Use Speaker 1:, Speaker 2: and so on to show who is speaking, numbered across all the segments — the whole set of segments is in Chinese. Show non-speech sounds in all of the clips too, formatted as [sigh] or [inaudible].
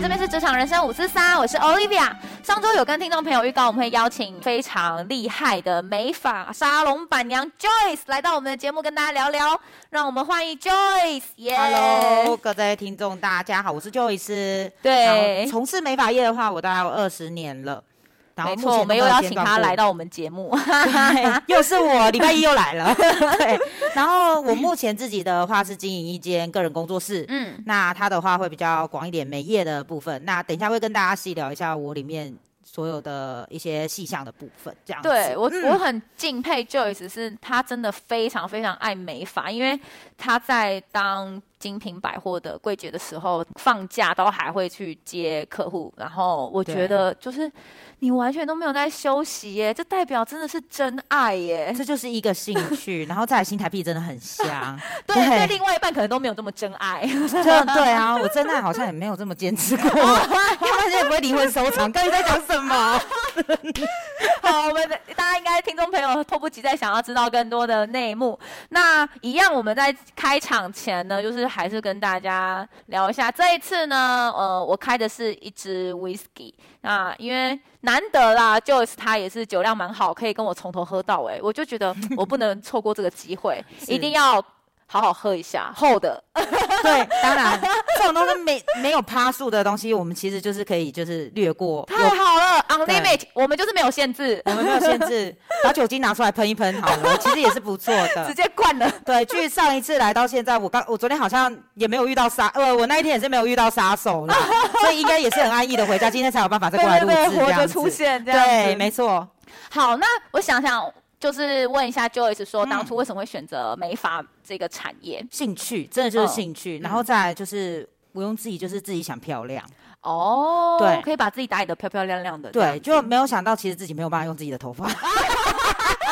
Speaker 1: 这边是职场人生五四三，我是 Olivia。上周有跟听众朋友预告，我们会邀请非常厉害的美发沙龙板娘 Joyce 来到我们的节目，跟大家聊聊。让我们欢迎 Joyce，耶
Speaker 2: Hello，各位听众，大家好，我是 Joyce。然
Speaker 1: 对
Speaker 2: 后，从事美发业的话，我大概有二十年了。然后
Speaker 1: 没
Speaker 2: 目
Speaker 1: 错，
Speaker 2: 前
Speaker 1: 我们又邀请她
Speaker 2: 她
Speaker 1: 来，到我们节目。
Speaker 2: 对 [laughs] 又是我，礼拜一又来
Speaker 1: [laughs]
Speaker 2: 了。对，然后我目前自己的话是经营一间个人工作室。
Speaker 1: 嗯，
Speaker 2: 那它的话会比较广一点，美业的部分。那等一下会跟大家细聊一下我里面所有的一些细项的部分，这样子。
Speaker 1: 对我、我很敬佩 Joyce，是她真的非常非常爱美发，因为她在当精品百货的柜姐的时候，放假都还会去接客户，然后我觉
Speaker 2: 对
Speaker 1: 得就是你完全都没有在休息耶，这代表真的是真爱耶。。
Speaker 2: 嗯这就是一个兴趣，然后再来新台币真的很香
Speaker 1: [laughs] 对对，另外一半可能都没有这么真爱。
Speaker 2: [laughs] 这对啊，我真爱好像也没有这么坚持过，要不然就不会离婚收 [laughs] 场。刚才在讲什么？
Speaker 1: [laughs] 好，我们的大家应该听众朋友迫不及待想要知道更多的内幕。那一样，我们在开场前呢，就是还是跟大家聊一下。这一次呢，呃，我开的是一支 whisky，那因为难得啦，Joyce 他也是酒量蛮好，可以跟我从头喝到尾，我就觉得我不能错过这个机 [laughs] 会，
Speaker 2: 是
Speaker 1: 一定要好好喝一下厚的。
Speaker 2: 对，当 [laughs] 然这种东西没没有趴数的东西，我们其实就是可以就是略过，
Speaker 1: 太好了
Speaker 2: 对
Speaker 1: ，unlimit，我们就是没有限制
Speaker 2: 我，们没有限制，把酒精拿出来喷一喷好 [laughs] 了，其实也是不错
Speaker 1: 直
Speaker 2: 的。
Speaker 1: 接灌 [laughs] 了。
Speaker 2: 对，距上一次来到现在，我刚我昨天好像也没有遇到杀，呃，我那一天也是没有遇到杀手 [laughs] 了，所以应该也是很安逸的回家，今天才有办法再过来录制
Speaker 1: 活
Speaker 2: 这
Speaker 1: 着
Speaker 2: 样
Speaker 1: 出
Speaker 2: 子。
Speaker 1: 现这样子。
Speaker 2: 对，没错。
Speaker 1: 好，那我想想，就是问一下 Joyce 说，当初为什么会选择美发这个产业？
Speaker 2: 兴趣，真的就是
Speaker 1: 嗯
Speaker 2: 兴趣，然后再来就是。不用自己，就是自己想漂亮，
Speaker 1: 哦，
Speaker 2: 对
Speaker 1: 可以把自己打理得漂漂亮亮的。
Speaker 2: 对，
Speaker 1: 这样
Speaker 2: 就
Speaker 1: 子
Speaker 2: 没有想到其实自己没有办法用自己的头发，
Speaker 1: [laughs]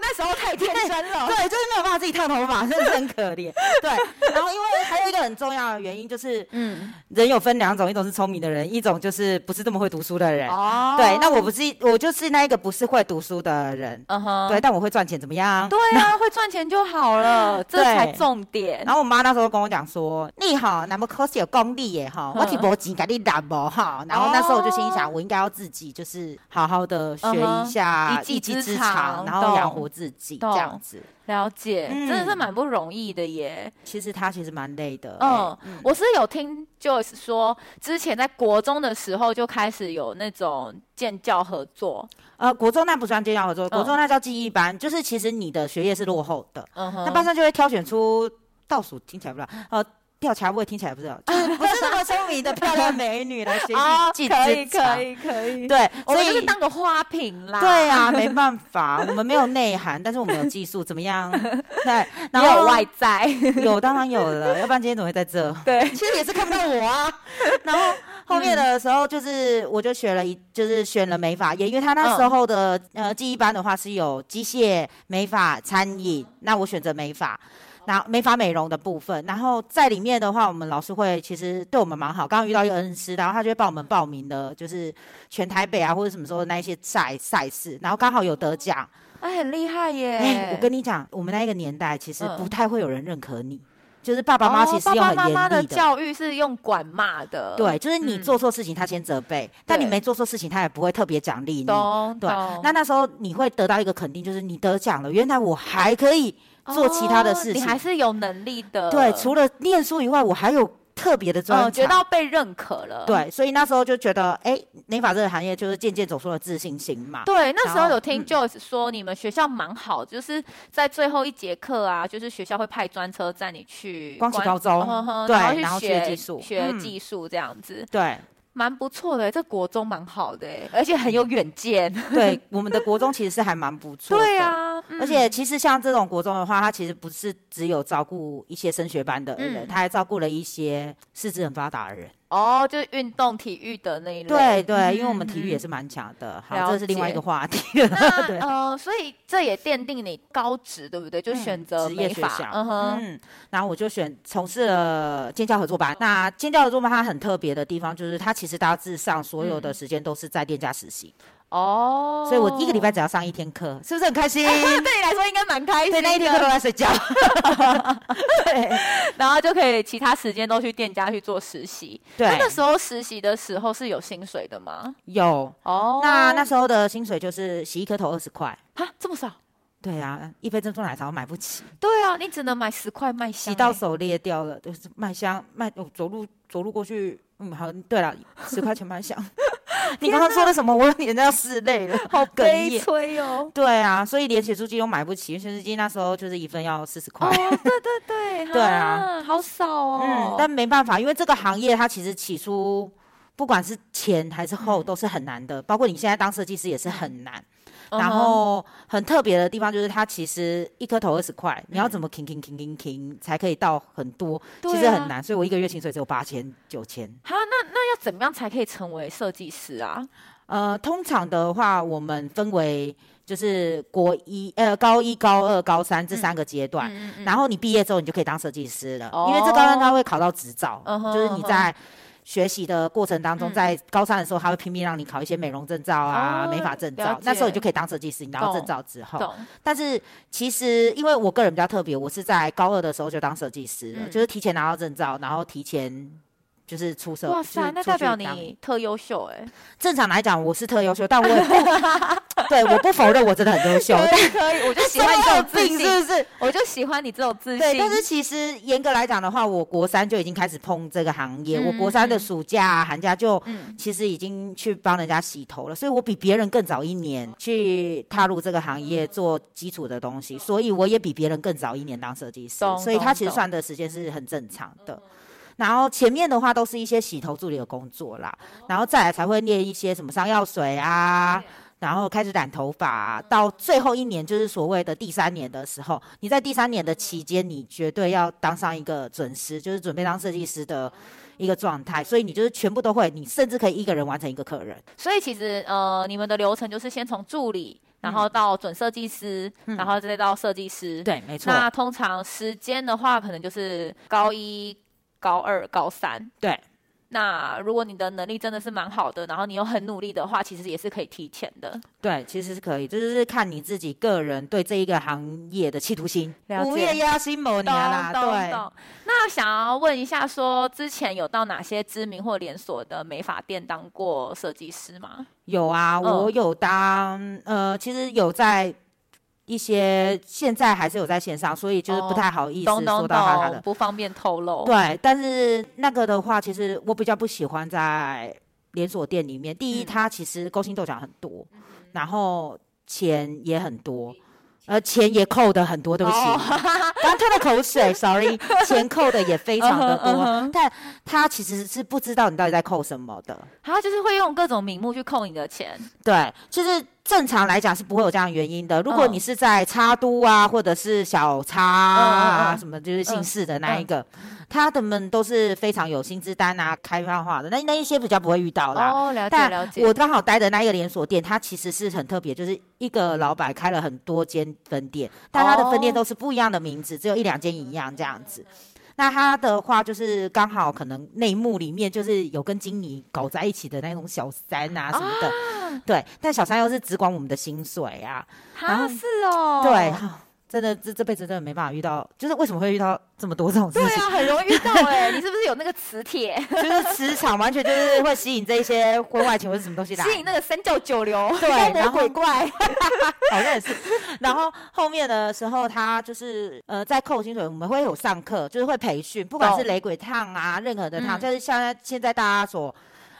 Speaker 1: 那时候太天真 [laughs] 了。
Speaker 2: 对，就是没有办法自己烫头发，真的是很可怜。对，然后因为还有一个很重要的原因就是，
Speaker 1: 嗯，
Speaker 2: 人有分两种，一种是聪明的人，一种就是不是这么会读书的人。
Speaker 1: 哦，
Speaker 2: 对，那我不是，我就是那一个不是会读书的人，
Speaker 1: 嗯哼，
Speaker 2: 对，但我会赚钱，怎么样？
Speaker 1: 对啊，会赚钱就好了，这
Speaker 2: 对
Speaker 1: 才重点。
Speaker 2: 然后我妈那时候跟我讲说：“你好，那么可是有功力耶哈，
Speaker 1: 嗯哦
Speaker 2: 我提无钱给你拿无哈。”然后那时候我就心想，我应该要自己就是好好的学一
Speaker 1: 嗯
Speaker 2: 下
Speaker 1: 哼一技之长
Speaker 2: 然后养活自己
Speaker 1: 懂
Speaker 2: 这样子。
Speaker 1: 了解，
Speaker 2: 嗯
Speaker 1: 真的是蛮不容易的耶。
Speaker 2: 其实他其实蛮累的，
Speaker 1: 嗯
Speaker 2: 嗯，，
Speaker 1: 我是有听 Joyce 说，之前在国中的时候就开始有那种建教合作。
Speaker 2: 呃，国中那不算建教合作，
Speaker 1: 嗯
Speaker 2: 国中那叫记忆班，就是其实你的学业是落后的，
Speaker 1: 嗯哼
Speaker 2: 那班上就会挑选出倒数听起来不知道，呃。吊桥位听起来不知道，就是不是那么聪明的漂亮美女来学
Speaker 1: 哦，
Speaker 2: 习技
Speaker 1: 可
Speaker 2: 之
Speaker 1: 以
Speaker 2: 长
Speaker 1: 可以可以，
Speaker 2: 对，
Speaker 1: 我
Speaker 2: 所
Speaker 1: 们
Speaker 2: 以
Speaker 1: 就是哦当个花瓶啦。
Speaker 2: 对
Speaker 1: [laughs]
Speaker 2: 啊，没办法，我们没有内涵，但是我们有技术，怎么
Speaker 1: [laughs]
Speaker 2: 样？对，然
Speaker 1: 也
Speaker 2: 后
Speaker 1: 有外
Speaker 2: [laughs]
Speaker 1: 在，
Speaker 2: 有当然有了，要不然今天怎么会在这？
Speaker 1: 对，
Speaker 2: 其实也是看不到我啊。 [laughs] 然后后面的时候，就是我就选了一，就是选了美发业，因为他那时候的、
Speaker 1: 嗯
Speaker 2: 呃记忆班的话是有机械、美发、餐饮，那我选择美发。然后美发美容的部分，然后在里面的话，我们老师会其实对我们蛮好。刚刚遇到一个恩师，然后他就会帮我们报名的，就是全台北啊或者什么时候的那一些赛赛事，然后刚好有得奖。
Speaker 1: 哎，很厉害耶！
Speaker 2: 哎、我跟你讲，我们那一个年代其实
Speaker 1: 嗯
Speaker 2: 不太会有人认可你，就是爸爸妈妈其实
Speaker 1: 哦
Speaker 2: 用
Speaker 1: 爸
Speaker 2: 很
Speaker 1: 爸妈妈
Speaker 2: 严
Speaker 1: 的
Speaker 2: 厉的。
Speaker 1: 教育是用管骂的，，
Speaker 2: 对，就是你
Speaker 1: 嗯
Speaker 2: 做错事情，他先责备；但你
Speaker 1: 对
Speaker 2: 没做错事情，他也不会特别奖励你。
Speaker 1: 懂
Speaker 2: 对
Speaker 1: 懂。
Speaker 2: 那那时候你会得到一个肯定，就是你得奖了，原来我还可以做其他的事
Speaker 1: 哦你
Speaker 2: 情。
Speaker 1: 还是有能力的。
Speaker 2: 对，除了念书以外，我还有特别的专
Speaker 1: 嗯，觉
Speaker 2: 长。
Speaker 1: 到被认可了。
Speaker 2: 对，所以那时候就觉得，哎，美发这个行业就是渐渐走出了自信心嘛。
Speaker 1: 对，那时候
Speaker 2: 然后嗯
Speaker 1: 有听 Joyce 说你们学校蛮好，就是在最后一节课啊，就是学校会派专车载你去
Speaker 2: 光启
Speaker 1: 关
Speaker 2: 高中
Speaker 1: 嗯哼
Speaker 2: 对
Speaker 1: 然
Speaker 2: 然
Speaker 1: 后
Speaker 2: 后
Speaker 1: 去
Speaker 2: 学
Speaker 1: 学
Speaker 2: 技术
Speaker 1: 学
Speaker 2: 嗯
Speaker 1: 技术这样子， [laughs]
Speaker 2: 对
Speaker 1: 蛮不错的，这国中蛮好的，而且很有远见。
Speaker 2: [laughs]
Speaker 1: [laughs]
Speaker 2: 对，我们的国中其实是还蛮不错的。
Speaker 1: 对啊，嗯
Speaker 2: 而且其实像这种国中的话，他其实不是只有照顾一些升学班的
Speaker 1: 嗯
Speaker 2: 人，他还照顾了一些四肢很发达的人。
Speaker 1: 哦，就是运动体育的那一类。
Speaker 2: 对
Speaker 1: 嗯
Speaker 2: 对，因为我们体育也。
Speaker 1: 嗯
Speaker 2: 是蛮强的。
Speaker 1: 了
Speaker 2: 好，这是另外一
Speaker 1: 解
Speaker 2: 个话题了。 [laughs] 对嗯
Speaker 1: 那呃，所以这也奠定你高职对不对？就选择
Speaker 2: 职业
Speaker 1: 美
Speaker 2: 学
Speaker 1: 法
Speaker 2: 校，，
Speaker 1: 嗯哼，
Speaker 2: 嗯，然后我就选从事了尖教合作班。那
Speaker 1: 嗯
Speaker 2: 尖教合作班它很特别的地方就是，它其实大致上所有的时间都是在店家实习，
Speaker 1: 哦，
Speaker 2: 所以我一个礼拜只要上一天课，是不是很开
Speaker 1: [laughs]
Speaker 2: 心？
Speaker 1: 对你来说应该蛮开心的。
Speaker 2: 对，那
Speaker 1: [laughs]
Speaker 2: 一天课都在睡觉。对
Speaker 1: 然后就可以其他时间都去店家去做实习。那
Speaker 2: 对
Speaker 1: 那，时候实习的时候是有薪水的吗？
Speaker 2: 有。
Speaker 1: 哦，
Speaker 2: 那那时候的薪水就是洗一颗头二十块。
Speaker 1: 啊这么少？
Speaker 2: 对啊，一杯珍珠奶茶我买不起，
Speaker 1: 对啊，你只能买十块麦香、欸
Speaker 2: 洗到手裂掉了，就是麦香麦，我走路走路过去，嗯，好，对了，十块钱麦香。你刚刚说的什么？我脸都要拭泪了，好哽
Speaker 1: 悲
Speaker 2: 咽。
Speaker 1: 催哦。
Speaker 2: 对啊，所以连写书机都买不起，写书机那时候就是一份要四十块
Speaker 1: 哦。，对对对，
Speaker 2: [laughs] 对
Speaker 1: 哈，
Speaker 2: 啊
Speaker 1: 好少哦。
Speaker 2: 嗯，但没办法，因为这个行业它其实起初不管是前还是后都是很难的，包括你现在当设计师也是很难。
Speaker 1: 嗯哼
Speaker 2: 然后很特别的地方就是它其实一颗头二十块，你要怎么停停停停停才可以到很多，
Speaker 1: 嗯对
Speaker 2: 其实
Speaker 1: 啊
Speaker 2: 很难。所以我一个月薪水只有八千九千。
Speaker 1: 哈，那那要怎么样才可以成为设计师啊？
Speaker 2: 呃，通常的话，我们分为就是国一、呃高一、高二、高三这三个阶段。
Speaker 1: 嗯嗯
Speaker 2: 然后你毕业之后，你就可以当设计师了，
Speaker 1: 哦
Speaker 2: 因为这高三他会考到执照，
Speaker 1: 嗯哼
Speaker 2: 就是你在。学习的过程当中，
Speaker 1: 嗯
Speaker 2: 在高三的时候，他会拼命让你考一些美容证照啊、
Speaker 1: 哦
Speaker 2: 美发证
Speaker 1: 了
Speaker 2: 照
Speaker 1: 解，
Speaker 2: 那时候你就可以当设计师。你拿到
Speaker 1: 懂
Speaker 2: 证照之后，
Speaker 1: 懂，
Speaker 2: 但是其实因为我个人比较特别，我是在高二的时候就当设计师了，
Speaker 1: 嗯
Speaker 2: 就是提前拿到证照，然后提前就是出社。
Speaker 1: 哇
Speaker 2: 就
Speaker 1: 塞，
Speaker 2: 是
Speaker 1: 那
Speaker 2: 出
Speaker 1: 代
Speaker 2: 去
Speaker 1: 表
Speaker 2: 当
Speaker 1: 你特优秀哎、
Speaker 2: [laughs] 正常来讲我是特优秀，但我
Speaker 1: [laughs]
Speaker 2: 也不对，我不否认我真的很优秀。但
Speaker 1: 以可
Speaker 2: [laughs]
Speaker 1: 以，我就 [laughs] 喜欢你这
Speaker 2: 生
Speaker 1: 种
Speaker 2: 了
Speaker 1: 自
Speaker 2: 病
Speaker 1: 信，
Speaker 2: 是不是？
Speaker 1: [laughs] 我就喜欢你这种自信。
Speaker 2: 对，但是其实严格来讲的话，我国三就已经开始碰这个行业。我国三
Speaker 1: 嗯
Speaker 2: 的
Speaker 1: 嗯
Speaker 2: 暑假、啊、寒假就
Speaker 1: 嗯
Speaker 2: 其实已经去帮人家洗头了，所以我比别人更早一年
Speaker 1: 哦
Speaker 2: 去踏入这个行业做基础的东西，所以我也比别人更早一年当设计师
Speaker 1: 嗯懂，
Speaker 2: 所以他
Speaker 1: 懂
Speaker 2: 其实
Speaker 1: 懂嗯
Speaker 2: 算的时间是很正常的。然后前面的话都是一些洗头助理的工作啦，
Speaker 1: 哦
Speaker 2: 然后再来才会练一些什么上药水啊，
Speaker 1: 嗯
Speaker 2: 然后开始染头发啊、到最后一年就是所谓的第三年的时候，你在第三年的期间，你绝对要当上一个准师，就是准备当设计师的一个状态，所以你就是全部都会，你甚至可以一个人完成一个客人。
Speaker 1: 所以其实呃，你们的流程就是先从助理，然
Speaker 2: 嗯
Speaker 1: 后到准设计师，然后再到设计师。，
Speaker 2: 对，没
Speaker 1: 那通常时间的话，可能就是高一、高二、高三。
Speaker 2: 对。
Speaker 1: 那如果你的能力真的是蛮好的，然后你又很努力的话，其实也是可以提前的。
Speaker 2: 对，其实是可以，这就是看你自己个人对这一个行业的企图心，
Speaker 1: 了解
Speaker 2: 无业压心谋你啊啦，
Speaker 1: 懂懂
Speaker 2: 对。
Speaker 1: 懂。那想要问一下说之前有到哪些知名或连锁的美发店当过设计师吗？
Speaker 2: 有啊，
Speaker 1: 嗯
Speaker 2: 我有当、呃，其实有在一些现在还是有在线上，所以就是
Speaker 1: 哦
Speaker 2: 不太好意思
Speaker 1: 懂懂
Speaker 2: 说到他他
Speaker 1: 懂，
Speaker 2: 的。
Speaker 1: 不方便透露。
Speaker 2: 对，但是那个的话，其实我比较不喜欢在连锁店里面。第一，
Speaker 1: 嗯
Speaker 2: 它其实勾心斗角很多，然后钱也很多。呃，钱也扣的很多，对不起， [laughs]
Speaker 1: 哦
Speaker 2: 刚吞了
Speaker 1: [laughs]
Speaker 2: 口水，sorry，钱扣的也非常的
Speaker 1: 嗯哼
Speaker 2: 多，但他其实是不知道你到底在扣什么的。
Speaker 1: 他就是会用各种名目去扣你的钱，
Speaker 2: 对，就是正常来讲是不会有这样的原因的。如果
Speaker 1: 嗯
Speaker 2: 你是在插都啊，或者是小插
Speaker 1: 嗯
Speaker 2: 啊，
Speaker 1: 嗯嗯
Speaker 2: 什么就是姓氏的那一
Speaker 1: 嗯
Speaker 2: 个，他的们都是非常有薪资单啊、开放化的。那那一些比较不会遇到啦。
Speaker 1: 哦，了解
Speaker 2: 但
Speaker 1: 了解，
Speaker 2: 我刚好待的那一个连锁店，它其实是很特别，就是一个老板开了很多间分店，但它的分店
Speaker 1: 哦
Speaker 2: 都是不一样的名字，只有一两间一样这样子。那他的话就是刚好可能内幕里面就是有跟经理搞在一起的那种小三啊什么的，对，但小三又是只管我们的薪水啊，然
Speaker 1: 哈
Speaker 2: 后
Speaker 1: 是哦，
Speaker 2: 对，真的这这辈子真的没办法遇到，就是为什么会遇到这么多这种事
Speaker 1: 对
Speaker 2: 情，
Speaker 1: 啊，很容易遇到哎，你是不是有那个磁铁
Speaker 2: [laughs] 就是磁场完全就是会吸引这一些婚外情或者什么东西来，
Speaker 1: 吸引那个三教九流， [laughs]
Speaker 2: 对
Speaker 1: 妖魔
Speaker 2: 然后
Speaker 1: 鬼
Speaker 2: [laughs]
Speaker 1: 怪，
Speaker 2: 好像也是。然后后面的时候，他就是呃，在扣薪水，我们会有上课，就是会培训，不管是
Speaker 1: 懂
Speaker 2: 雷鬼烫啊，任何的烫，
Speaker 1: 嗯
Speaker 2: 就是像现在大家所。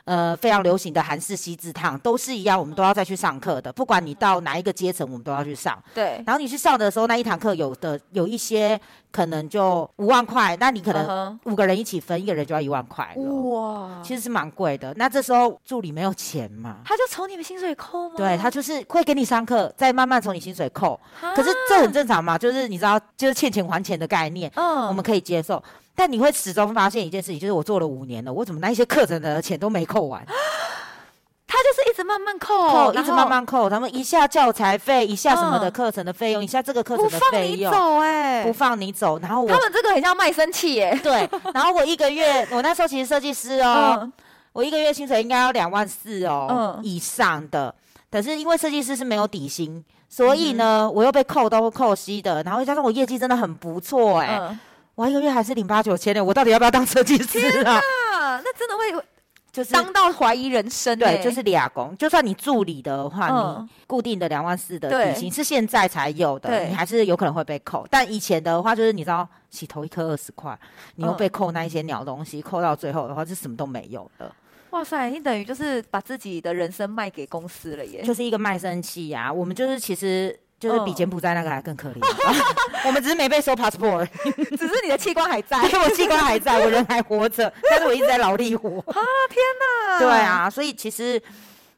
Speaker 2: 呃，非常流行的韩式锡字烫都是一样，我们都要再去上课的。不管你到哪一个阶层，我们都要去上。
Speaker 1: 对，
Speaker 2: 然后你去上的时候，那一堂课有的有一些可能就五万块，那你可能
Speaker 1: 嗯
Speaker 2: 五个人一起分，一个人就要一万块
Speaker 1: 哼
Speaker 2: 了，
Speaker 1: 哇，
Speaker 2: 其实是蛮贵的。那这时候助理没有钱嘛，
Speaker 1: 他就从你们薪水扣吗？
Speaker 2: 对他就是会给你上课，再慢慢从你薪水扣。
Speaker 1: 哈，
Speaker 2: 可是这很正常嘛，就是你知道，就是欠钱还钱的概念，
Speaker 1: 啊嗯
Speaker 2: 我们可以接受。但你会始终发现一件事情，就是我做了五年了，我怎么那一些课程的钱都没扣完，
Speaker 1: 他就是一直慢慢扣，
Speaker 2: 扣一
Speaker 1: 哦然
Speaker 2: 直
Speaker 1: 后
Speaker 2: 慢慢扣，他们一下教材费，一下什么
Speaker 1: 嗯
Speaker 2: 的课程的费用，一下这个课
Speaker 1: 不
Speaker 2: 程的
Speaker 1: 放
Speaker 2: 费
Speaker 1: 你
Speaker 2: 用，
Speaker 1: 走哎，
Speaker 2: 不放你走，然后我
Speaker 1: 他们这个很像卖身契耶，
Speaker 2: 对，然后我一个月，我那时候其实设计师哦，
Speaker 1: 嗯，
Speaker 2: 我一个月薪水应该要两万四哦、
Speaker 1: 嗯
Speaker 2: 以上的。可是因为设计师是没有底薪，所以呢，
Speaker 1: 嗯
Speaker 2: 我又被扣东扣西的，然后加上我业绩真的很不错哎、
Speaker 1: 嗯，
Speaker 2: 我一个月还是领八九千呢，我到底要不要当设计师啊？
Speaker 1: 啊，那真的会
Speaker 2: [laughs] 就是
Speaker 1: 当到怀疑人生欸、
Speaker 2: 对，就是俩工。就算你助理的话，
Speaker 1: 嗯
Speaker 2: 你固定的两万四的
Speaker 1: 对
Speaker 2: 底薪是现在才有的，
Speaker 1: 对
Speaker 2: 你还是有可能会被扣。但以前的话，就是你知道洗头一颗二十块，你
Speaker 1: 嗯
Speaker 2: 又被扣那一些鸟东西，扣到最后的话是什么都没有的，
Speaker 1: 哇塞，你等于就是把自己的人生卖给公司了耶！
Speaker 2: 就是一个卖身契呀、啊。我们就是其实。就是比
Speaker 1: 嗯
Speaker 2: 柬埔寨那个还更可怜， [laughs] 我们只是没被收 passport，而
Speaker 1: [laughs]
Speaker 2: 已
Speaker 1: 只是你的器官还在。
Speaker 2: 我器官还在，我人还
Speaker 1: [laughs]
Speaker 2: 活着，但是我一直在劳力活。
Speaker 1: 啊
Speaker 2: 对，啊，所以其实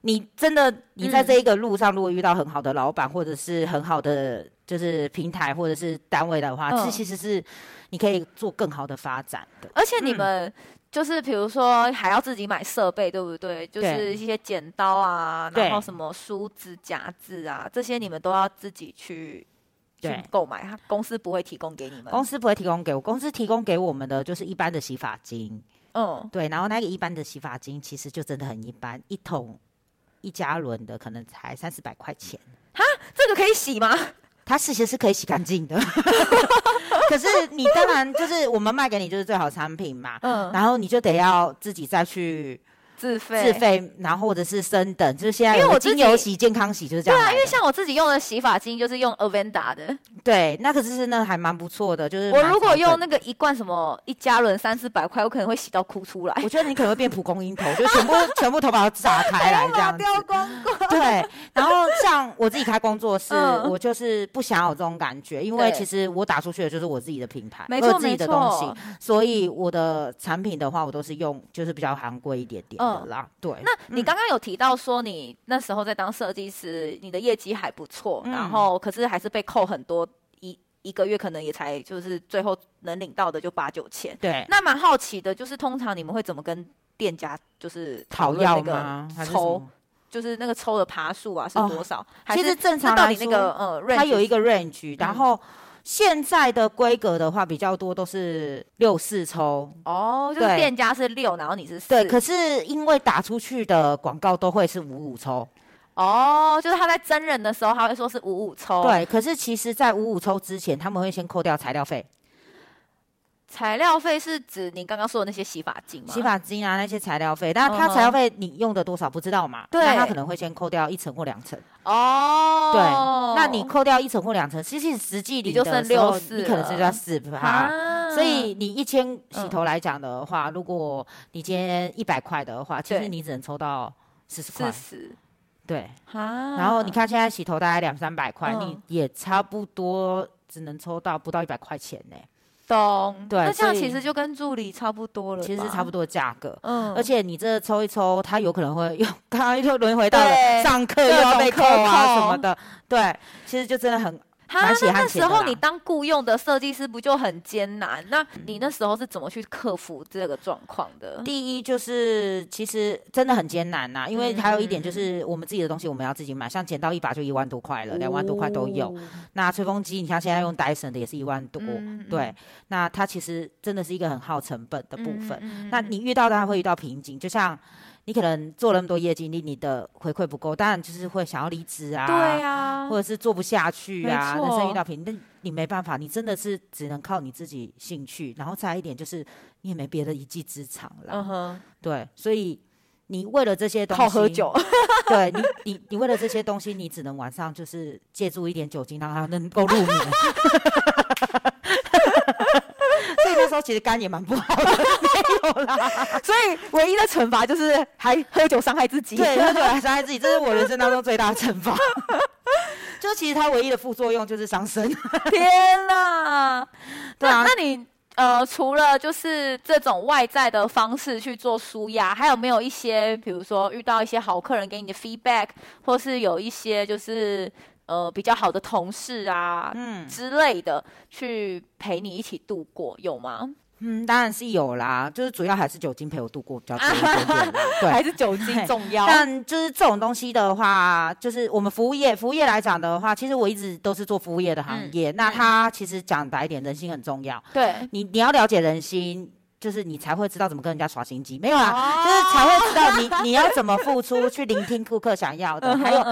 Speaker 2: 你真的你在
Speaker 1: 嗯
Speaker 2: 这一个路上，如果遇到很好的老板，或者是很好的就是平台或者是单位的话，这
Speaker 1: 嗯
Speaker 2: 其实是你可以做更好的发展的。
Speaker 1: 而且你
Speaker 2: 嗯
Speaker 1: 们就是比如说还要自己买设备，对不对？就是
Speaker 2: 对
Speaker 1: 一些剪刀啊，
Speaker 2: 对
Speaker 1: 然后什么梳子、夹子啊，这些你们都要自己去去
Speaker 2: 对
Speaker 1: 购买，它公司不会提供给你们。
Speaker 2: 公司不会提供给我，公司提供给我们的就是一般的洗发精，
Speaker 1: 嗯，
Speaker 2: 对，然后那个一般的洗发精其实就真的很一般，一桶一加仑的可能才三四百块钱，
Speaker 1: 这个可以洗吗？
Speaker 2: 它事先是可以洗干净的， [laughs] 可是你当然就是我们卖给你就是最好产品嘛，
Speaker 1: 嗯，
Speaker 2: 然后你就得要自己再去
Speaker 1: [laughs] 自费。
Speaker 2: 自。费，然后或者是升等，就是现在
Speaker 1: 因为
Speaker 2: 有
Speaker 1: 我
Speaker 2: 的
Speaker 1: 自己
Speaker 2: 精油洗、健康洗就是这
Speaker 1: 对
Speaker 2: 样
Speaker 1: 啊，
Speaker 2: 来的。
Speaker 1: 因为像我自己用的洗发精就是用 Avenda 的，
Speaker 2: 对，那可是那还蛮不错的，就是
Speaker 1: 我
Speaker 2: 蛮
Speaker 1: 如果
Speaker 2: 常见
Speaker 1: 用那。个一罐什么一加仑三四百块，我可能会洗到哭出来，
Speaker 2: [laughs] 我觉得你可能会变蒲公英头，就
Speaker 1: [laughs]
Speaker 2: 全部全部头发都炸开来这样子。
Speaker 1: 光光。 [laughs]
Speaker 2: 对，然后像我自己开工作室，
Speaker 1: 嗯
Speaker 2: 我就是不想要有这种感觉，因为
Speaker 1: 对
Speaker 2: 其实我打出去的就是我自己的品牌，
Speaker 1: 没
Speaker 2: 我有
Speaker 1: 错
Speaker 2: 自己的
Speaker 1: 没
Speaker 2: 东
Speaker 1: 错
Speaker 2: 西，所以我的产品的话，我都是用就是比较含贵一点点的啦。对，
Speaker 1: 嗯那你刚刚有提到说，你那时候在当设计师，你的业绩还不错，
Speaker 2: 嗯
Speaker 1: 然后可是还是被扣很多，一一个月可能也才就是最后能领到的就八九千。
Speaker 2: 对
Speaker 1: 那蛮好奇的，就是通常你们会怎么跟店家就是讨
Speaker 2: 讨
Speaker 1: 论那
Speaker 2: 要
Speaker 1: 个
Speaker 2: 吗？还是什
Speaker 1: 抽
Speaker 2: 么？
Speaker 1: 就是那个抽的爬数啊是
Speaker 2: 哦
Speaker 1: 多少？还
Speaker 2: 其
Speaker 1: 是
Speaker 2: 实正
Speaker 1: 那
Speaker 2: 常
Speaker 1: 到
Speaker 2: 来
Speaker 1: 底
Speaker 2: 说，
Speaker 1: 那个呃 range
Speaker 2: 它有一
Speaker 1: 是
Speaker 2: 个 range，
Speaker 1: 嗯
Speaker 2: 然后现在的规格的话比较多都是六四抽。
Speaker 1: 哦，就是
Speaker 2: 对
Speaker 1: 店家是六，然后你是四，
Speaker 2: 对，可是因为打出去的广告都会是五五抽，
Speaker 1: 哦，就是他在真人的时候他会说是五五抽，，
Speaker 2: 对。可是其实，在五五抽之前，他们会先扣掉材料费、
Speaker 1: 材料费是指你刚刚说的那些洗发精吗？
Speaker 2: 洗发精啊那些材料费，但
Speaker 1: 嗯
Speaker 2: 它
Speaker 1: 哼
Speaker 2: 材料费你用的多少不知道嘛？
Speaker 1: 对
Speaker 2: 那它可能会先扣掉一层或两层。
Speaker 1: 哦，
Speaker 2: 对，那你扣掉一层或两层，其实实际
Speaker 1: 你
Speaker 2: 你
Speaker 1: 就
Speaker 2: 的
Speaker 1: 剩
Speaker 2: 时候
Speaker 1: 64
Speaker 2: 你可能是
Speaker 1: 了
Speaker 2: 要四趴。
Speaker 1: 啊
Speaker 2: 所以你一千洗头来讲的话，如果你今天一百块的话，其
Speaker 1: 对
Speaker 2: 实你只能抽到四十
Speaker 1: 嗯四
Speaker 2: 块，
Speaker 1: 十
Speaker 2: 对。
Speaker 1: 啊，
Speaker 2: 然后你看现在洗头大概两三百块，你
Speaker 1: 嗯
Speaker 2: 也差不多只能抽到不到一百块钱呢、
Speaker 1: 懂
Speaker 2: 对
Speaker 1: 那这样
Speaker 2: 所以
Speaker 1: 其实就跟助理差不多了，
Speaker 2: 其实是差不
Speaker 1: 多，
Speaker 2: 多的价格。
Speaker 1: 嗯
Speaker 2: 而且你这抽一抽，它有可能会又 [laughs] 刚刚又轮回到
Speaker 1: 对嗯
Speaker 2: 了上课又要被
Speaker 1: 各
Speaker 2: 扣
Speaker 1: 种
Speaker 2: 啊
Speaker 1: 扣
Speaker 2: 什么的，对，其实就真的很
Speaker 1: 哈
Speaker 2: 蛮血
Speaker 1: 那
Speaker 2: 汗
Speaker 1: 那
Speaker 2: 钱
Speaker 1: 时
Speaker 2: 的
Speaker 1: 候
Speaker 2: 啦
Speaker 1: 你当雇佣的设计师不就很艰难？那你那时候是怎么去克服这个状况的？
Speaker 2: 第一就是其实真的很艰难啊呐、因为还有一点
Speaker 1: 嗯
Speaker 2: 就是我们自己的东西我们要自己买，像剪刀一把就一万多块了，两万多块都有。
Speaker 1: 哦，
Speaker 2: 那吹风机，你像现在用 Dyson 的也是一万多，
Speaker 1: 嗯嗯
Speaker 2: 对，那它其实真的是一个很耗成本的部分。
Speaker 1: 嗯
Speaker 2: 那你遇到当然会遇到瓶颈，就像你可能做了那么多业绩，你你的回馈不够，当然就是会想要离职啊，
Speaker 1: 对啊
Speaker 2: 或，者是做不下去啊，
Speaker 1: 没错
Speaker 2: 人生遇到瓶颈，那你没办法，你真的是只能靠你自己兴趣，然后再一点就是你也没别的一技之长啦，
Speaker 1: 嗯哼，
Speaker 2: 对，所以你为了这些东西，
Speaker 1: 靠喝，酒，
Speaker 2: [laughs] 对你你你为了这些东西，你只能晚上就是借助一点酒精，让它能够入眠。 [laughs] 所以那时候其实肝也蛮不好的，没有啦。
Speaker 1: 所以唯一的惩罚就是还喝酒伤害自己。
Speaker 2: [laughs] 对，喝酒来伤害自己，这是我人生当中最大的惩罚。 [laughs] 就其实它唯一的副作用就是伤身。
Speaker 1: [laughs] 天呐！
Speaker 2: 对啊
Speaker 1: 那那你呃，除了就是这种外在的方式去做舒压，还有没有一些，比如说遇到一些好客人给你的 feedback，或是有一些就是呃比较好的同事啊、
Speaker 2: 嗯
Speaker 1: 之类的，去陪你一起度过，有吗？
Speaker 2: 嗯，当然是有啦，就是主要还是酒精陪我度过比较多一点
Speaker 1: [laughs]
Speaker 2: 点啦。对，
Speaker 1: 还是
Speaker 2: [laughs]
Speaker 1: 酒精重要？
Speaker 2: 但就是这种东西的话，就是我们服务业，服务业来讲的话，其实我一直都是做
Speaker 1: 嗯
Speaker 2: 服务业的行业。那它其实讲白一点，人心很重要。
Speaker 1: 对，
Speaker 2: 你你要了解人心，就是你才会知道怎么跟人家耍心机，没有啦，
Speaker 1: 哦
Speaker 2: 就是才会知道你你要怎么付出，去聆听顾客想要
Speaker 1: 嗯
Speaker 2: 的。还有，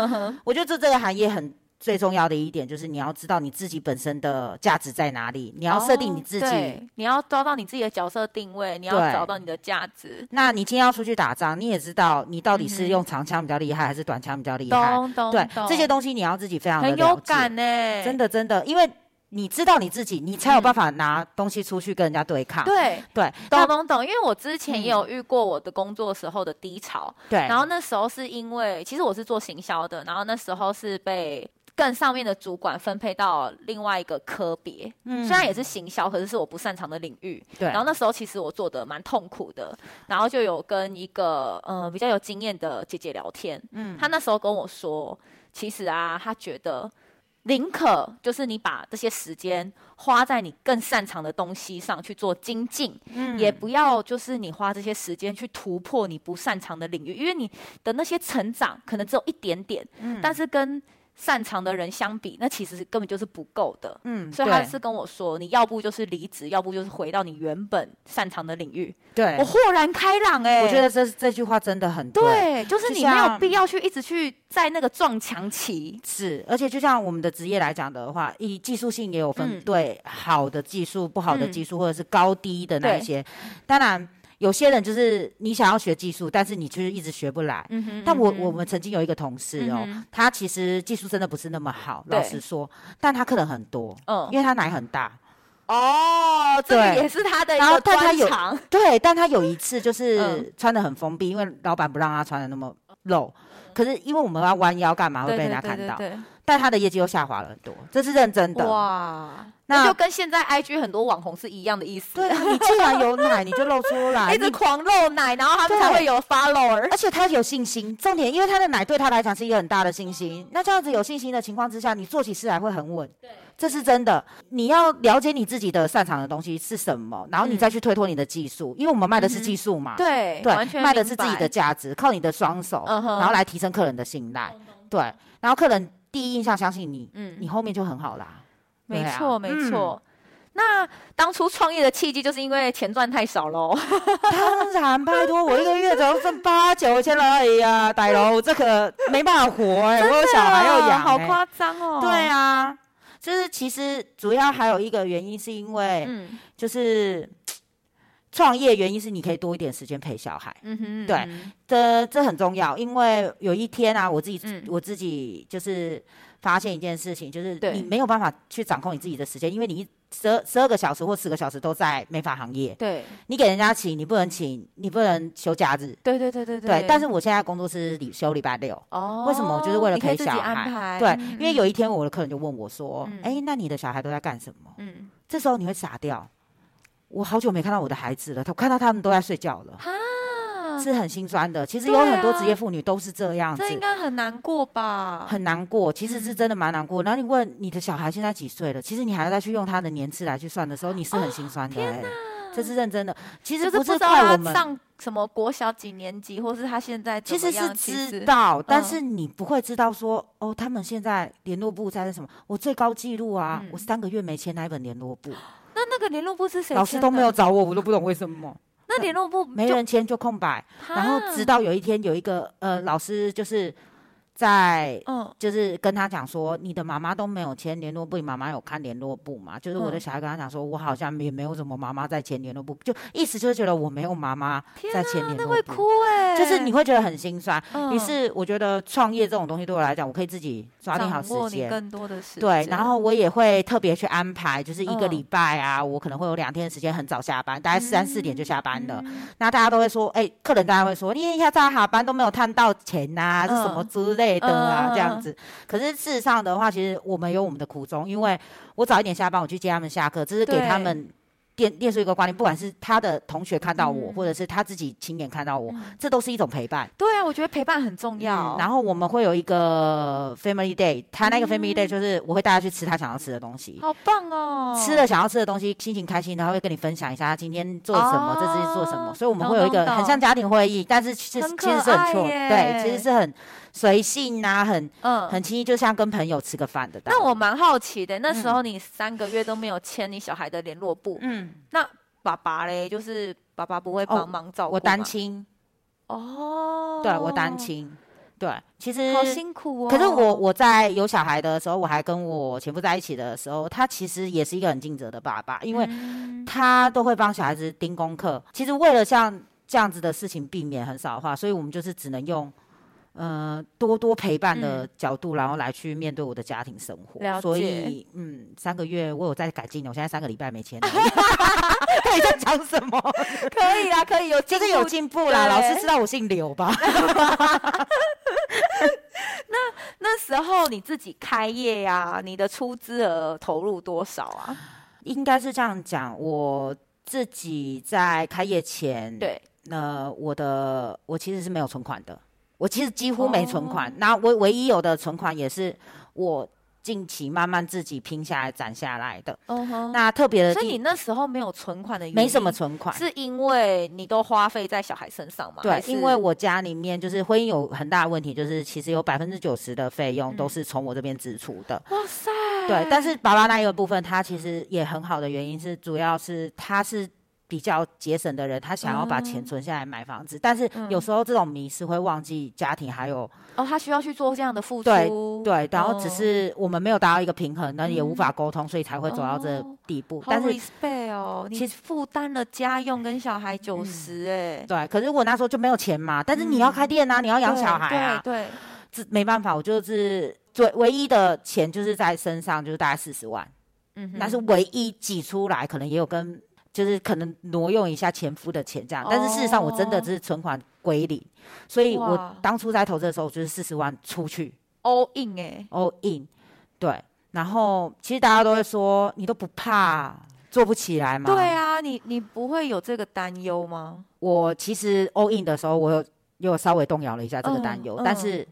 Speaker 2: 我觉得这这个行业很最重要的一点就是你要知道你自己本身的价值在哪里，你要设定你自己。
Speaker 1: 哦对你要抓到你自己的角色定位，你要
Speaker 2: 对
Speaker 1: 找到你的价值。
Speaker 2: 那你今天要出去打仗，你也知道你到底是用长枪比较厉害，还是短枪比较厉害。
Speaker 1: 嗯懂懂
Speaker 2: 对，
Speaker 1: 懂
Speaker 2: 这些东西你要自己非常的
Speaker 1: 很有
Speaker 2: 了解。
Speaker 1: 感呢、欸
Speaker 2: 真
Speaker 1: 的。
Speaker 2: 的真的，因为你知道你自己，你才有办法拿东西出去跟人家对
Speaker 1: 嗯
Speaker 2: 抗。
Speaker 1: 对，
Speaker 2: 对
Speaker 1: 懂
Speaker 2: 那
Speaker 1: 懂懂，因为我之前也
Speaker 2: 嗯
Speaker 1: 有遇过我的工作时候的低潮，
Speaker 2: 对，
Speaker 1: 然后那时候是因为，其实我是做行销的，然后那时候是被更上面的主管分配到另外一个科别，
Speaker 2: 嗯
Speaker 1: 虽然也是行销，可是是我不擅长的领域。
Speaker 2: 对
Speaker 1: 然后那时候其实我做的蛮痛苦的，然后就有跟一个呃比较有经验的姐姐聊天，嗯，她那时候跟我说，其实啊，她觉得。宁可就是你把这些时间花在你更擅长的东西上去做精进，
Speaker 2: 嗯
Speaker 1: 也不要就是你花这些时间去突破你不擅长的领域，因为你的那些成长可能只有一点点，
Speaker 2: 嗯
Speaker 1: 但是跟擅长的人相比，那其实根本就是不够的。
Speaker 2: 嗯
Speaker 1: 所以他
Speaker 2: 对
Speaker 1: 是跟我说，你要不就是离职，要不就是回到你原本擅长的领域。
Speaker 2: 对
Speaker 1: 我，豁然开朗哎、
Speaker 2: 我觉得这这句话真的很
Speaker 1: 对，就是
Speaker 2: 就
Speaker 1: 你没有
Speaker 2: 像
Speaker 1: 必要去一直去在那个撞墙期。
Speaker 2: 是，而且就像我们的职业来讲的话，以技术性也有分
Speaker 1: 嗯
Speaker 2: 对好的技术、不好的
Speaker 1: 嗯
Speaker 2: 技术，或者是高低的那一
Speaker 1: 对
Speaker 2: 些。当然，有些人就是你想要学技术，但是你就是一直学不来。
Speaker 1: 嗯哼
Speaker 2: 但我
Speaker 1: 嗯哼
Speaker 2: 我们曾经有一个同事哦，
Speaker 1: 嗯哼
Speaker 2: 他其实技术真的不是那么好，
Speaker 1: 对
Speaker 2: 老实说，但他客人很多，
Speaker 1: 嗯
Speaker 2: 因为他奶很大。
Speaker 1: 哦，这个
Speaker 2: 对
Speaker 1: 也是他的一
Speaker 2: 然后
Speaker 1: 个
Speaker 2: 但他
Speaker 1: 专
Speaker 2: 有
Speaker 1: 长。
Speaker 2: 对，但他有一次就
Speaker 1: 嗯哦
Speaker 2: 是穿的很封闭，因为老板不让他穿的那么露。可是因为我们要弯腰干嘛会被人家看到，
Speaker 1: 对
Speaker 2: 但他的业绩又下滑了很多，这是认真的。
Speaker 1: 哇，
Speaker 2: 那
Speaker 1: 那就跟现在 IG 很多网红是一样的意思。
Speaker 2: 对啊，你既然有奶，你就露出
Speaker 1: [laughs]
Speaker 2: 来。
Speaker 1: 一直
Speaker 2: 你
Speaker 1: 狂露奶，然后他们才
Speaker 2: 对
Speaker 1: 会有 follower。
Speaker 2: 而且他有信心，重点，因为他的奶对他来讲是一个很大的信心。那这样子有信心的情况之下，你做起事来会很稳。对，这是真的。你要了解你自己的擅长的东西是什么，然后你再去推脱你的技术，因为我们卖的是技术嘛。
Speaker 1: 嗯对
Speaker 2: 对，
Speaker 1: 完全
Speaker 2: 卖的
Speaker 1: 明
Speaker 2: 是自己
Speaker 1: 白
Speaker 2: 的价值，靠你的双手，
Speaker 1: 嗯哼
Speaker 2: 然后来提升客人的信赖。对，然后客人第一印象相信你，
Speaker 1: 嗯
Speaker 2: 你后面就很好啦。
Speaker 1: 没
Speaker 2: 对啊
Speaker 1: 错，没错。那当初创业的契机，就是因为钱赚太少喽。
Speaker 2: 当然，拜托我一个月只要挣八九千而已啊，歹楼这个没办法活哎、
Speaker 1: 啊
Speaker 2: 我有小孩要养、欸，
Speaker 1: 好夸张哦。
Speaker 2: 对，啊，就是其实主要还有一个原因，是因为
Speaker 1: 嗯
Speaker 2: 就是创业原因是你可以多一点时间陪小孩，
Speaker 1: 嗯哼，
Speaker 2: 对
Speaker 1: 嗯哼，
Speaker 2: 这这很重要。因为有一天啊，我自己、
Speaker 1: 嗯
Speaker 2: 我自己就是发现一件事情，就是
Speaker 1: 对
Speaker 2: 你没有办法去掌控你自己的时间，因为你一十二十二个小时或十个小时都在美发行业，
Speaker 1: 对，
Speaker 2: 你给人家请，你不能请，你不能休假日。
Speaker 1: 对对对对
Speaker 2: 对，但是我现在工作是礼休礼拜六，
Speaker 1: 哦，
Speaker 2: 为什么？我就是为了
Speaker 1: 你可
Speaker 2: 陪
Speaker 1: 以自己
Speaker 2: 小
Speaker 1: 安排。
Speaker 2: 孩。对，
Speaker 1: 嗯
Speaker 2: 因为有一天我的客人就问我说：“哎、那你的小孩都在干什么
Speaker 1: 嗯，？”
Speaker 2: 这时候你会傻掉。我好久没看到我的孩子了，他看到他们都在睡觉了，
Speaker 1: 啊，
Speaker 2: 是很心酸的。其实
Speaker 1: 对
Speaker 2: 有很多
Speaker 1: 啊
Speaker 2: 职业妇女都是这样子
Speaker 1: 这，应该嗯很难过吧？
Speaker 2: 很难过。其实是真的蛮难过。然后你问你的小孩现在几岁了，其实你还要再去用他的年次来去算的时候，你是很心酸的、哎，这是认真的。其
Speaker 1: 哦就
Speaker 2: 实
Speaker 1: 是不
Speaker 2: 不
Speaker 1: 知道
Speaker 2: 怪我
Speaker 1: 他
Speaker 2: 们，
Speaker 1: 上什么国小几年级，或是他现在怎
Speaker 2: 其
Speaker 1: 么
Speaker 2: 实是
Speaker 1: 样其
Speaker 2: 知
Speaker 1: 实
Speaker 2: 道，但
Speaker 1: 嗯
Speaker 2: 是你不会知道说哦，他们现在联络部在是什么？我最高记录啊，
Speaker 1: 嗯
Speaker 2: 我三个月没签那一本联络部，
Speaker 1: 那那个联络部是谁？
Speaker 2: 老师都没有，找我，我都不懂为什么，
Speaker 1: 那联络部
Speaker 2: 没
Speaker 1: 就啊
Speaker 2: 人签就空白。然后直到有一天有一个呃老师就是在。
Speaker 1: 嗯
Speaker 2: 就是跟他讲说，你的妈妈都没有签联络部，你妈妈有看联络部嘛？就是我的
Speaker 1: 嗯
Speaker 2: 小孩跟他讲说，我好像也没有什么妈妈在签联络部，就意思就是觉得我没有妈妈
Speaker 1: 天啊
Speaker 2: 在签联
Speaker 1: 那
Speaker 2: 络
Speaker 1: 会
Speaker 2: 部，
Speaker 1: 哭哎、
Speaker 2: 就是你会觉得很心酸。
Speaker 1: 嗯
Speaker 2: 于是我觉得创业这种东西对我来讲，我可以自己抓定好
Speaker 1: 掌握
Speaker 2: 时
Speaker 1: 你
Speaker 2: 间。
Speaker 1: 更多的时间，
Speaker 2: 对，然后我也会特别去安排，就是一个
Speaker 1: 嗯
Speaker 2: 礼拜啊，我可能会有两天的时间很早下班，大概三四点就下班
Speaker 1: 嗯
Speaker 2: 了。那大家都会说，哎、客人大家会说，你一下大家下班都没有探到钱呐、是什么
Speaker 1: 嗯
Speaker 2: 之类的啊，
Speaker 1: 嗯嗯
Speaker 2: 这样
Speaker 1: 嗯
Speaker 2: 子。可是事实上的话，其实我们有我们的苦衷，因为我早一点下班，我去接他们下课，只是给他
Speaker 1: 对
Speaker 2: 们电列出一个观念，不管是他的同学看到我，
Speaker 1: 嗯
Speaker 2: 或者是他自己亲眼看到我，这都是一种陪伴。
Speaker 1: 对啊，我觉得陪伴很重要。嗯
Speaker 2: 嗯然后我们会有一个 family day，他那个 family day 就是我会带他去吃他想要吃的东西，
Speaker 1: 好棒哦，
Speaker 2: 吃了想要吃的东西，心情开心，他会跟你分享一下他今天做什么，
Speaker 1: 哦
Speaker 2: 这次做什么，所以我们
Speaker 1: 懂
Speaker 2: 会有一个
Speaker 1: 懂
Speaker 2: 很像家庭会议，但是其实
Speaker 1: 很
Speaker 2: 其
Speaker 1: 可
Speaker 2: 实是很错，
Speaker 1: 爱
Speaker 2: 对，
Speaker 1: 耶
Speaker 2: 其实是很随性啊，很
Speaker 1: 嗯
Speaker 2: 很亲密，就像跟朋友吃个饭的道理。
Speaker 1: 那我蛮好奇的，那时候你三个月都没有签你小孩的联络簿，
Speaker 2: 嗯嗯，哦
Speaker 1: 那爸爸嘞，就是爸爸不会帮忙照顾、
Speaker 2: 我单。亲，
Speaker 1: 嗯哦，
Speaker 2: 对我单，亲，对，其实
Speaker 1: 好辛苦哦。
Speaker 2: 可是我我在有小孩的时候，我还跟我前夫在一起的时候，他其实也是一个很尽责的爸爸，因为
Speaker 1: 嗯
Speaker 2: 他都会帮小孩子盯功课。其实为了像这样子的事情避免很少的话，所以我们就是只能用。呃，多多陪伴的角度，然后来去面对我的家庭生
Speaker 1: 嗯了
Speaker 2: 活。所以
Speaker 1: 解，
Speaker 2: 嗯，三个月我有在改进的，我现在三个礼拜没签了。 [laughs] 到底在讲什么？
Speaker 1: 可以啦，可以有进
Speaker 2: 就
Speaker 1: 步，
Speaker 2: 是有进步
Speaker 1: 对
Speaker 2: 啦。老师知道我姓刘吧？
Speaker 1: 那时候你自己开业呀、你的出资额投入多少啊？
Speaker 2: 应该是这样讲，我自己在开业前，，
Speaker 1: 对，
Speaker 2: 那呃我的我其实是没有存款的，我其实几乎没存款
Speaker 1: 哦。
Speaker 2: 那、我唯一有的存款也是我近期慢慢自己拼下来攒下来的。
Speaker 1: 嗯哼
Speaker 2: 那特别的
Speaker 1: 所以你
Speaker 2: 地，
Speaker 1: 那时候没有存款的原因，
Speaker 2: 没什么存款。
Speaker 1: 是因为你都花费在小孩身上吗？还
Speaker 2: 对，
Speaker 1: 是
Speaker 2: 因为我家里面就是婚姻有很大的问题，就是其实有百分之九十的费用都
Speaker 1: 嗯
Speaker 2: 是从我这边支出的。
Speaker 1: 哇塞，
Speaker 2: 对，但是爸爸那一个部分，他其实也很好的原因是，主要是他是比较节省的人，他想要把钱
Speaker 1: 嗯
Speaker 2: 存下来买房子，但是
Speaker 1: 嗯
Speaker 2: 有时候这种迷失会忘记家庭还有
Speaker 1: 哦，他需要去做这样的付
Speaker 2: 对
Speaker 1: 出，
Speaker 2: 对，然后只
Speaker 1: 哦
Speaker 2: 是我们没有达到一个平衡，那也无
Speaker 1: 嗯
Speaker 2: 法沟通，所以才会走到这
Speaker 1: 哦
Speaker 2: 地步。
Speaker 1: 好
Speaker 2: 但是
Speaker 1: respect 哦，你
Speaker 2: 其嗯
Speaker 1: 负担了家用跟小孩九十哎，
Speaker 2: 对，可是我那时候就没有钱嘛，但是你要开店啊，你要养
Speaker 1: 嗯对
Speaker 2: 小孩啊，
Speaker 1: 对对，
Speaker 2: 这没办法，我就是最唯一的钱就是在身上，就是大概四十万。
Speaker 1: 嗯哼
Speaker 2: 那是唯一挤出来，可能也有跟就是可能挪用一下前夫的钱这样，但是事实上我真的
Speaker 1: 哦
Speaker 2: 只是存款归零，所以
Speaker 1: 哇
Speaker 2: 我当初在投资的时候我就是四十万出去
Speaker 1: all in 哎，
Speaker 2: all in，对，然后其实大家都会说你都不怕做不起来吗？
Speaker 1: 对，啊，你你不会有这个担忧吗？
Speaker 2: 我其实 all in 的时候我有又稍微动摇了一下这个担
Speaker 1: 嗯
Speaker 2: 忧，
Speaker 1: 嗯
Speaker 2: 但是。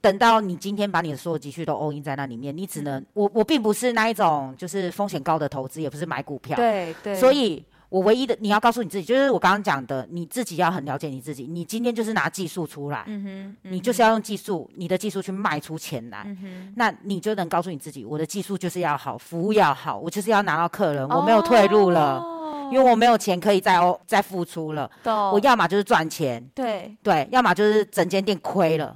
Speaker 2: 等到你今天把你的所有积蓄都 all in 在那里面，你只
Speaker 1: 嗯
Speaker 2: 能我我并不是那一种就是风险高的投资，也不是买股票，
Speaker 1: 对对，
Speaker 2: 啊所以我唯一的你要告诉你自己，就是我刚刚讲的，你自己要很了解你自己。你今天就是拿技术出来，
Speaker 1: 嗯哼，
Speaker 2: 你就是
Speaker 1: 要
Speaker 2: 要用技术，你的技术去卖出钱来。
Speaker 1: 嗯哼，
Speaker 2: 那你就能告诉你自己，我的技术就是要好，服务要好，我就是要拿到客人，我没有退路了，
Speaker 1: 哦
Speaker 2: 因为我没有钱可以再哦再付出了。
Speaker 1: 懂
Speaker 2: 我要么就是赚钱，
Speaker 1: 对
Speaker 2: 对，要么就是整间店亏了，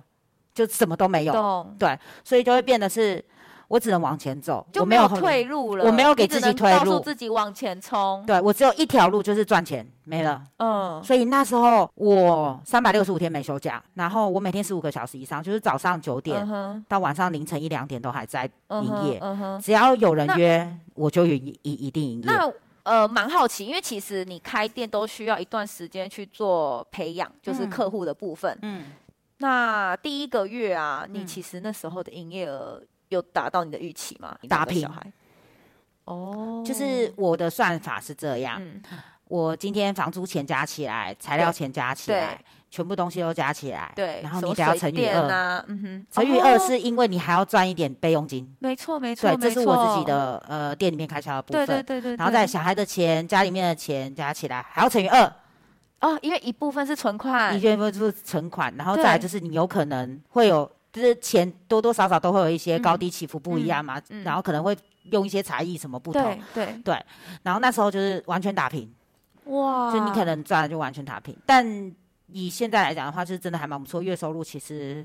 Speaker 2: 就什么都没有，
Speaker 1: 懂，
Speaker 2: 所以就会变得是我只能往前走，
Speaker 1: 就
Speaker 2: 我
Speaker 1: 没
Speaker 2: 有
Speaker 1: 有
Speaker 2: 后
Speaker 1: 退路了，
Speaker 2: 我没有给
Speaker 1: 你只
Speaker 2: 自己
Speaker 1: 能
Speaker 2: 退
Speaker 1: 告诉
Speaker 2: 路
Speaker 1: 自己往前冲，
Speaker 2: 对我只有一条路就是赚钱，没了。
Speaker 1: 嗯，
Speaker 2: 所以那时候我三百六十五天没休假，然后我每天十五个小时以上，就是早上九点、
Speaker 1: 嗯哼，
Speaker 2: 到晚上凌晨一两点都还在
Speaker 1: 嗯
Speaker 2: 营
Speaker 1: 哼
Speaker 2: 业，
Speaker 1: 嗯哼，
Speaker 2: 只要有人
Speaker 1: 那
Speaker 2: 约，我就一一一定营业。
Speaker 1: 那呃，蛮好奇，因为其实你开店都需要一段时间去做培养，就是
Speaker 2: 嗯
Speaker 1: 客户的部分。
Speaker 2: 嗯，
Speaker 1: 那第一个月啊，你
Speaker 2: 嗯
Speaker 1: 其实那时候的营业额有达到你的预期吗？你两
Speaker 2: 打
Speaker 1: 个
Speaker 2: 平
Speaker 1: 小孩。哦，
Speaker 2: 就是啊我的算法是这样，
Speaker 1: 嗯，
Speaker 2: 我今天房租钱加起来，材料钱加起来
Speaker 1: 对，
Speaker 2: 全部东西都加起来，
Speaker 1: 对，
Speaker 2: 然后
Speaker 1: 什
Speaker 2: 你
Speaker 1: 么
Speaker 2: 得要
Speaker 1: 水
Speaker 2: 乘以
Speaker 1: 电
Speaker 2: 二。
Speaker 1: 啊，嗯哼，
Speaker 2: 乘以二
Speaker 1: 哦
Speaker 2: 是因为你还要赚一点备用金，
Speaker 1: 没错没错，
Speaker 2: 对，这
Speaker 1: 没
Speaker 2: 是我自己
Speaker 1: 错，
Speaker 2: 的呃店里面开销的部
Speaker 1: 对
Speaker 2: 分。
Speaker 1: 对对对，
Speaker 2: 然后
Speaker 1: 对
Speaker 2: 再小孩的钱、家里面的钱加起来，还要乘以二，
Speaker 1: 哦，因为一部分是存款
Speaker 2: 你，愿不出存款，然后再来
Speaker 1: 哎对
Speaker 2: 就是你有可能会有，就是钱多多少少都会有一些高低起伏不一样嘛，
Speaker 1: 嗯嗯嗯
Speaker 2: 然后可能会用一些才艺什么不同
Speaker 1: 对，对，
Speaker 2: 然后那时候就是完全打平，
Speaker 1: 哇，
Speaker 2: 就你可能赚了就完全打平，但以现在来讲的话，就是真的还蛮不错，月收入其实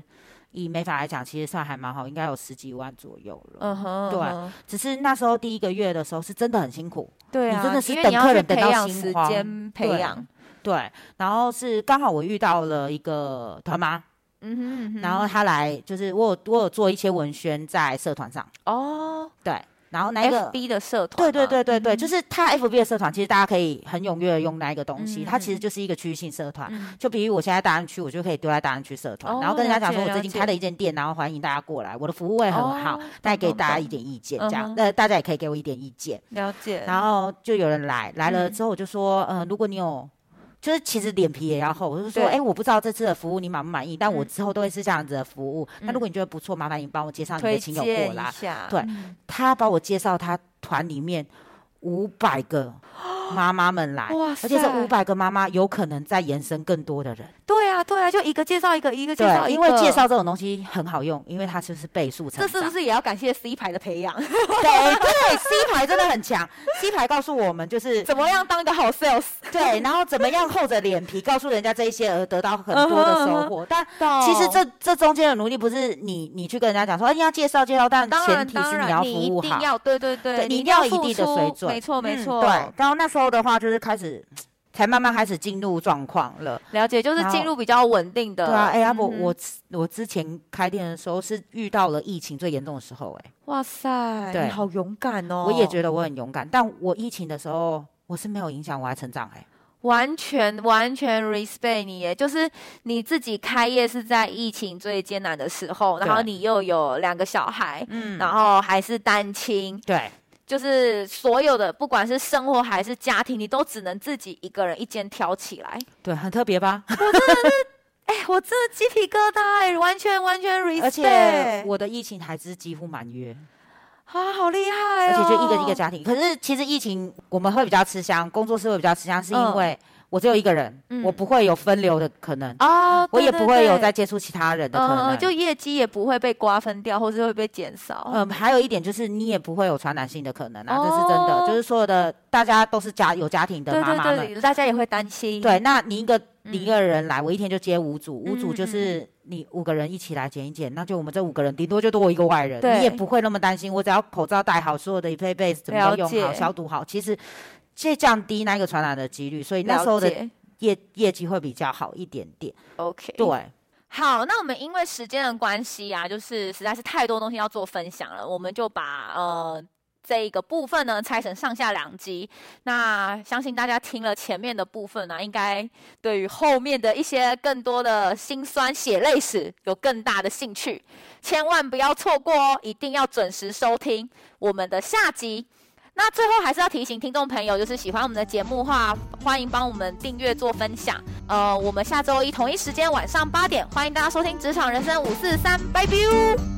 Speaker 2: 以美法来讲，其实算还蛮好，应该有十几万左右了。
Speaker 1: 嗯哼，
Speaker 2: 对
Speaker 1: 嗯哼
Speaker 2: 只是那时候第一个月的时候是真的很辛苦，
Speaker 1: 对
Speaker 2: 你
Speaker 1: 啊，
Speaker 2: 真的是
Speaker 1: 因为
Speaker 2: 等
Speaker 1: 你要
Speaker 2: 客
Speaker 1: 去
Speaker 2: 人等
Speaker 1: 培
Speaker 2: 到
Speaker 1: 养
Speaker 2: 心
Speaker 1: 时
Speaker 2: 慌
Speaker 1: 间培
Speaker 2: 对
Speaker 1: 养，
Speaker 2: 对，然后是刚好我遇到了一个团妈。
Speaker 1: 嗯哼嗯哼，
Speaker 2: 然后他来就是我有我有做一些文宣在社团上，
Speaker 1: 哦
Speaker 2: 对，然后那一个。
Speaker 1: ，FB 的社团
Speaker 2: 对
Speaker 1: 嘛，
Speaker 2: 对对对对，
Speaker 1: 嗯
Speaker 2: 就是他 FB 的社团，其实大家可以很踊跃地用那一个东
Speaker 1: 嗯
Speaker 2: 西，它其
Speaker 1: 嗯
Speaker 2: 实就是一个区域性社团。
Speaker 1: 嗯，
Speaker 2: 就比如我现在大安区，我就可以丢在大安区社团，然
Speaker 1: 哦
Speaker 2: 后跟人家讲
Speaker 1: 了
Speaker 2: 说
Speaker 1: 解
Speaker 2: 我最近
Speaker 1: 了解
Speaker 2: 开了一间店，然后欢迎大家过来，我的服务会很好
Speaker 1: 哦，
Speaker 2: 带
Speaker 1: 懂
Speaker 2: 给
Speaker 1: 懂
Speaker 2: 大家
Speaker 1: 懂
Speaker 2: 一点意见，这样
Speaker 1: 嗯，哼
Speaker 2: 呃，大家也可以给我一点意见。
Speaker 1: 了解，
Speaker 2: 然后就有人来，来了
Speaker 1: 嗯
Speaker 2: 之后我就说，嗯、如果你有，就是其实脸皮也要厚，我就说，
Speaker 1: 对
Speaker 2: 哎、我不知道这次的服务你满不满意，但我
Speaker 1: 嗯
Speaker 2: 之后都会是这样子的服务。那如果你觉得不错，麻烦你帮我介绍你的
Speaker 1: 推
Speaker 2: 亲友
Speaker 1: 荐
Speaker 2: 过
Speaker 1: 一
Speaker 2: 来。
Speaker 1: 下，
Speaker 2: 对
Speaker 1: 嗯
Speaker 2: 他把我介绍他团里面五百个妈妈们来，
Speaker 1: 哇
Speaker 2: 而且这
Speaker 1: 塞
Speaker 2: 五百个妈妈有可能再延伸更多的人。
Speaker 1: 对啊，对啊，就一个介绍一个，一个介绍
Speaker 2: 对，
Speaker 1: 一
Speaker 2: 因
Speaker 1: 个。
Speaker 2: 为介，绍这种东西很好用，因为它就是倍速成
Speaker 1: 这
Speaker 2: 长。
Speaker 1: 是不是也要感谢 C 牌的培养？ [laughs]
Speaker 2: 对对，C 牌真的很强。C [laughs] 牌告诉我们就是
Speaker 1: 怎么样当一个好 sales？
Speaker 2: 对，然后怎么样厚着脸皮告诉人家这一些而得到很多的
Speaker 1: [laughs]
Speaker 2: 收获。但
Speaker 1: 哦
Speaker 2: 其实这这中间的努力不是你你去跟人家讲说哎你要介绍介绍，但
Speaker 1: 当
Speaker 2: 前
Speaker 1: 然，
Speaker 2: 提
Speaker 1: 当
Speaker 2: 是
Speaker 1: 然，
Speaker 2: 你要服务
Speaker 1: 一定
Speaker 2: 好。
Speaker 1: 要对对对，
Speaker 2: 对你
Speaker 1: 你
Speaker 2: 一定要一
Speaker 1: 付
Speaker 2: 定的
Speaker 1: 出
Speaker 2: 水准
Speaker 1: 没错没
Speaker 2: 嗯
Speaker 1: 错，
Speaker 2: 对，然后那时候的话就是开始，才慢慢开始进入状况了。
Speaker 1: 了解，就是
Speaker 2: 然后
Speaker 1: 进入比较稳定的。
Speaker 2: 对啊，哎、阿伯、
Speaker 1: 嗯
Speaker 2: 我我之前开店的时候是遇到了疫情最严重的时候、哎、
Speaker 1: 哇塞，
Speaker 2: 对
Speaker 1: 你好勇敢哦！
Speaker 2: 我也觉得我很勇敢，但我疫情的时候我是没有影响，我还成长、哎，
Speaker 1: 完全完全 respect 你耶，就是你自己开业是在疫情最艰难的时候，然后
Speaker 2: 对
Speaker 1: 你又有两个小孩，
Speaker 2: 嗯，
Speaker 1: 然后还是单亲，
Speaker 2: 对
Speaker 1: 就是所有的不管是生活还是家庭，你都只能自己一个人一肩挑起来。
Speaker 2: 对，很特别吧？
Speaker 1: 哎，我真的鸡皮疙瘩哎，完全完全 respect，
Speaker 2: [laughs] 而且我的疫情还是几乎满约，
Speaker 1: 啊，好厉害
Speaker 2: 而
Speaker 1: 哦！
Speaker 2: 且就一个一个家庭。可是其实疫情我们会比较吃香，工作室会比较吃香，是因
Speaker 1: 嗯
Speaker 2: 为我只有一个人，
Speaker 1: 嗯
Speaker 2: 我不会有分流的可能。
Speaker 1: 啊，
Speaker 2: 我
Speaker 1: 对
Speaker 2: 也
Speaker 1: 对
Speaker 2: 不会有
Speaker 1: 对
Speaker 2: 再接触其他人的可能，
Speaker 1: 嗯，就业绩也不会被瓜分掉，或是会被减少。
Speaker 2: 嗯，还有一点就是你也不会有传染性的可能啊，这是真
Speaker 1: 哦哦
Speaker 2: 的。就是所有的大家都是家有家庭的
Speaker 1: 对
Speaker 2: 妈妈们，
Speaker 1: 对对，大家也会担心。
Speaker 2: 对，那你一个
Speaker 1: 嗯
Speaker 2: 你一个人来，我一天就接五组，五
Speaker 1: 嗯
Speaker 2: 组
Speaker 1: 嗯
Speaker 2: 就
Speaker 1: 嗯
Speaker 2: 是你五个人一起来剪一剪，那就我们这五个人顶多就多一个外人，
Speaker 1: 对
Speaker 2: 你也不会那么担心。我只要口罩戴好，所有的配备怎么
Speaker 1: 了
Speaker 2: 都用好，
Speaker 1: 解
Speaker 2: 消毒好，其实这降低那个传染的几率，所以那
Speaker 1: 了
Speaker 2: 时候的
Speaker 1: 解
Speaker 2: 业业绩会比较好一点点。
Speaker 1: OK，
Speaker 2: 对，
Speaker 1: 好，那我们因为时间的关系啊，就是实在是太多东西要做分享了，我们就把呃。这一个部分呢，拆成上下两集。那相信大家听了前面的部分呢、应该对于后面的一些更多的辛酸血泪史有更大的兴趣，千万不要错过哦！一定要准时收听我们的下集。那最后还是要提醒听众朋友，就是喜欢我们的节目的话，欢迎帮我们订阅做分享。呃，我们下周一同一时间晚上八点，欢迎大家收听《职场人生五四三》，拜拜。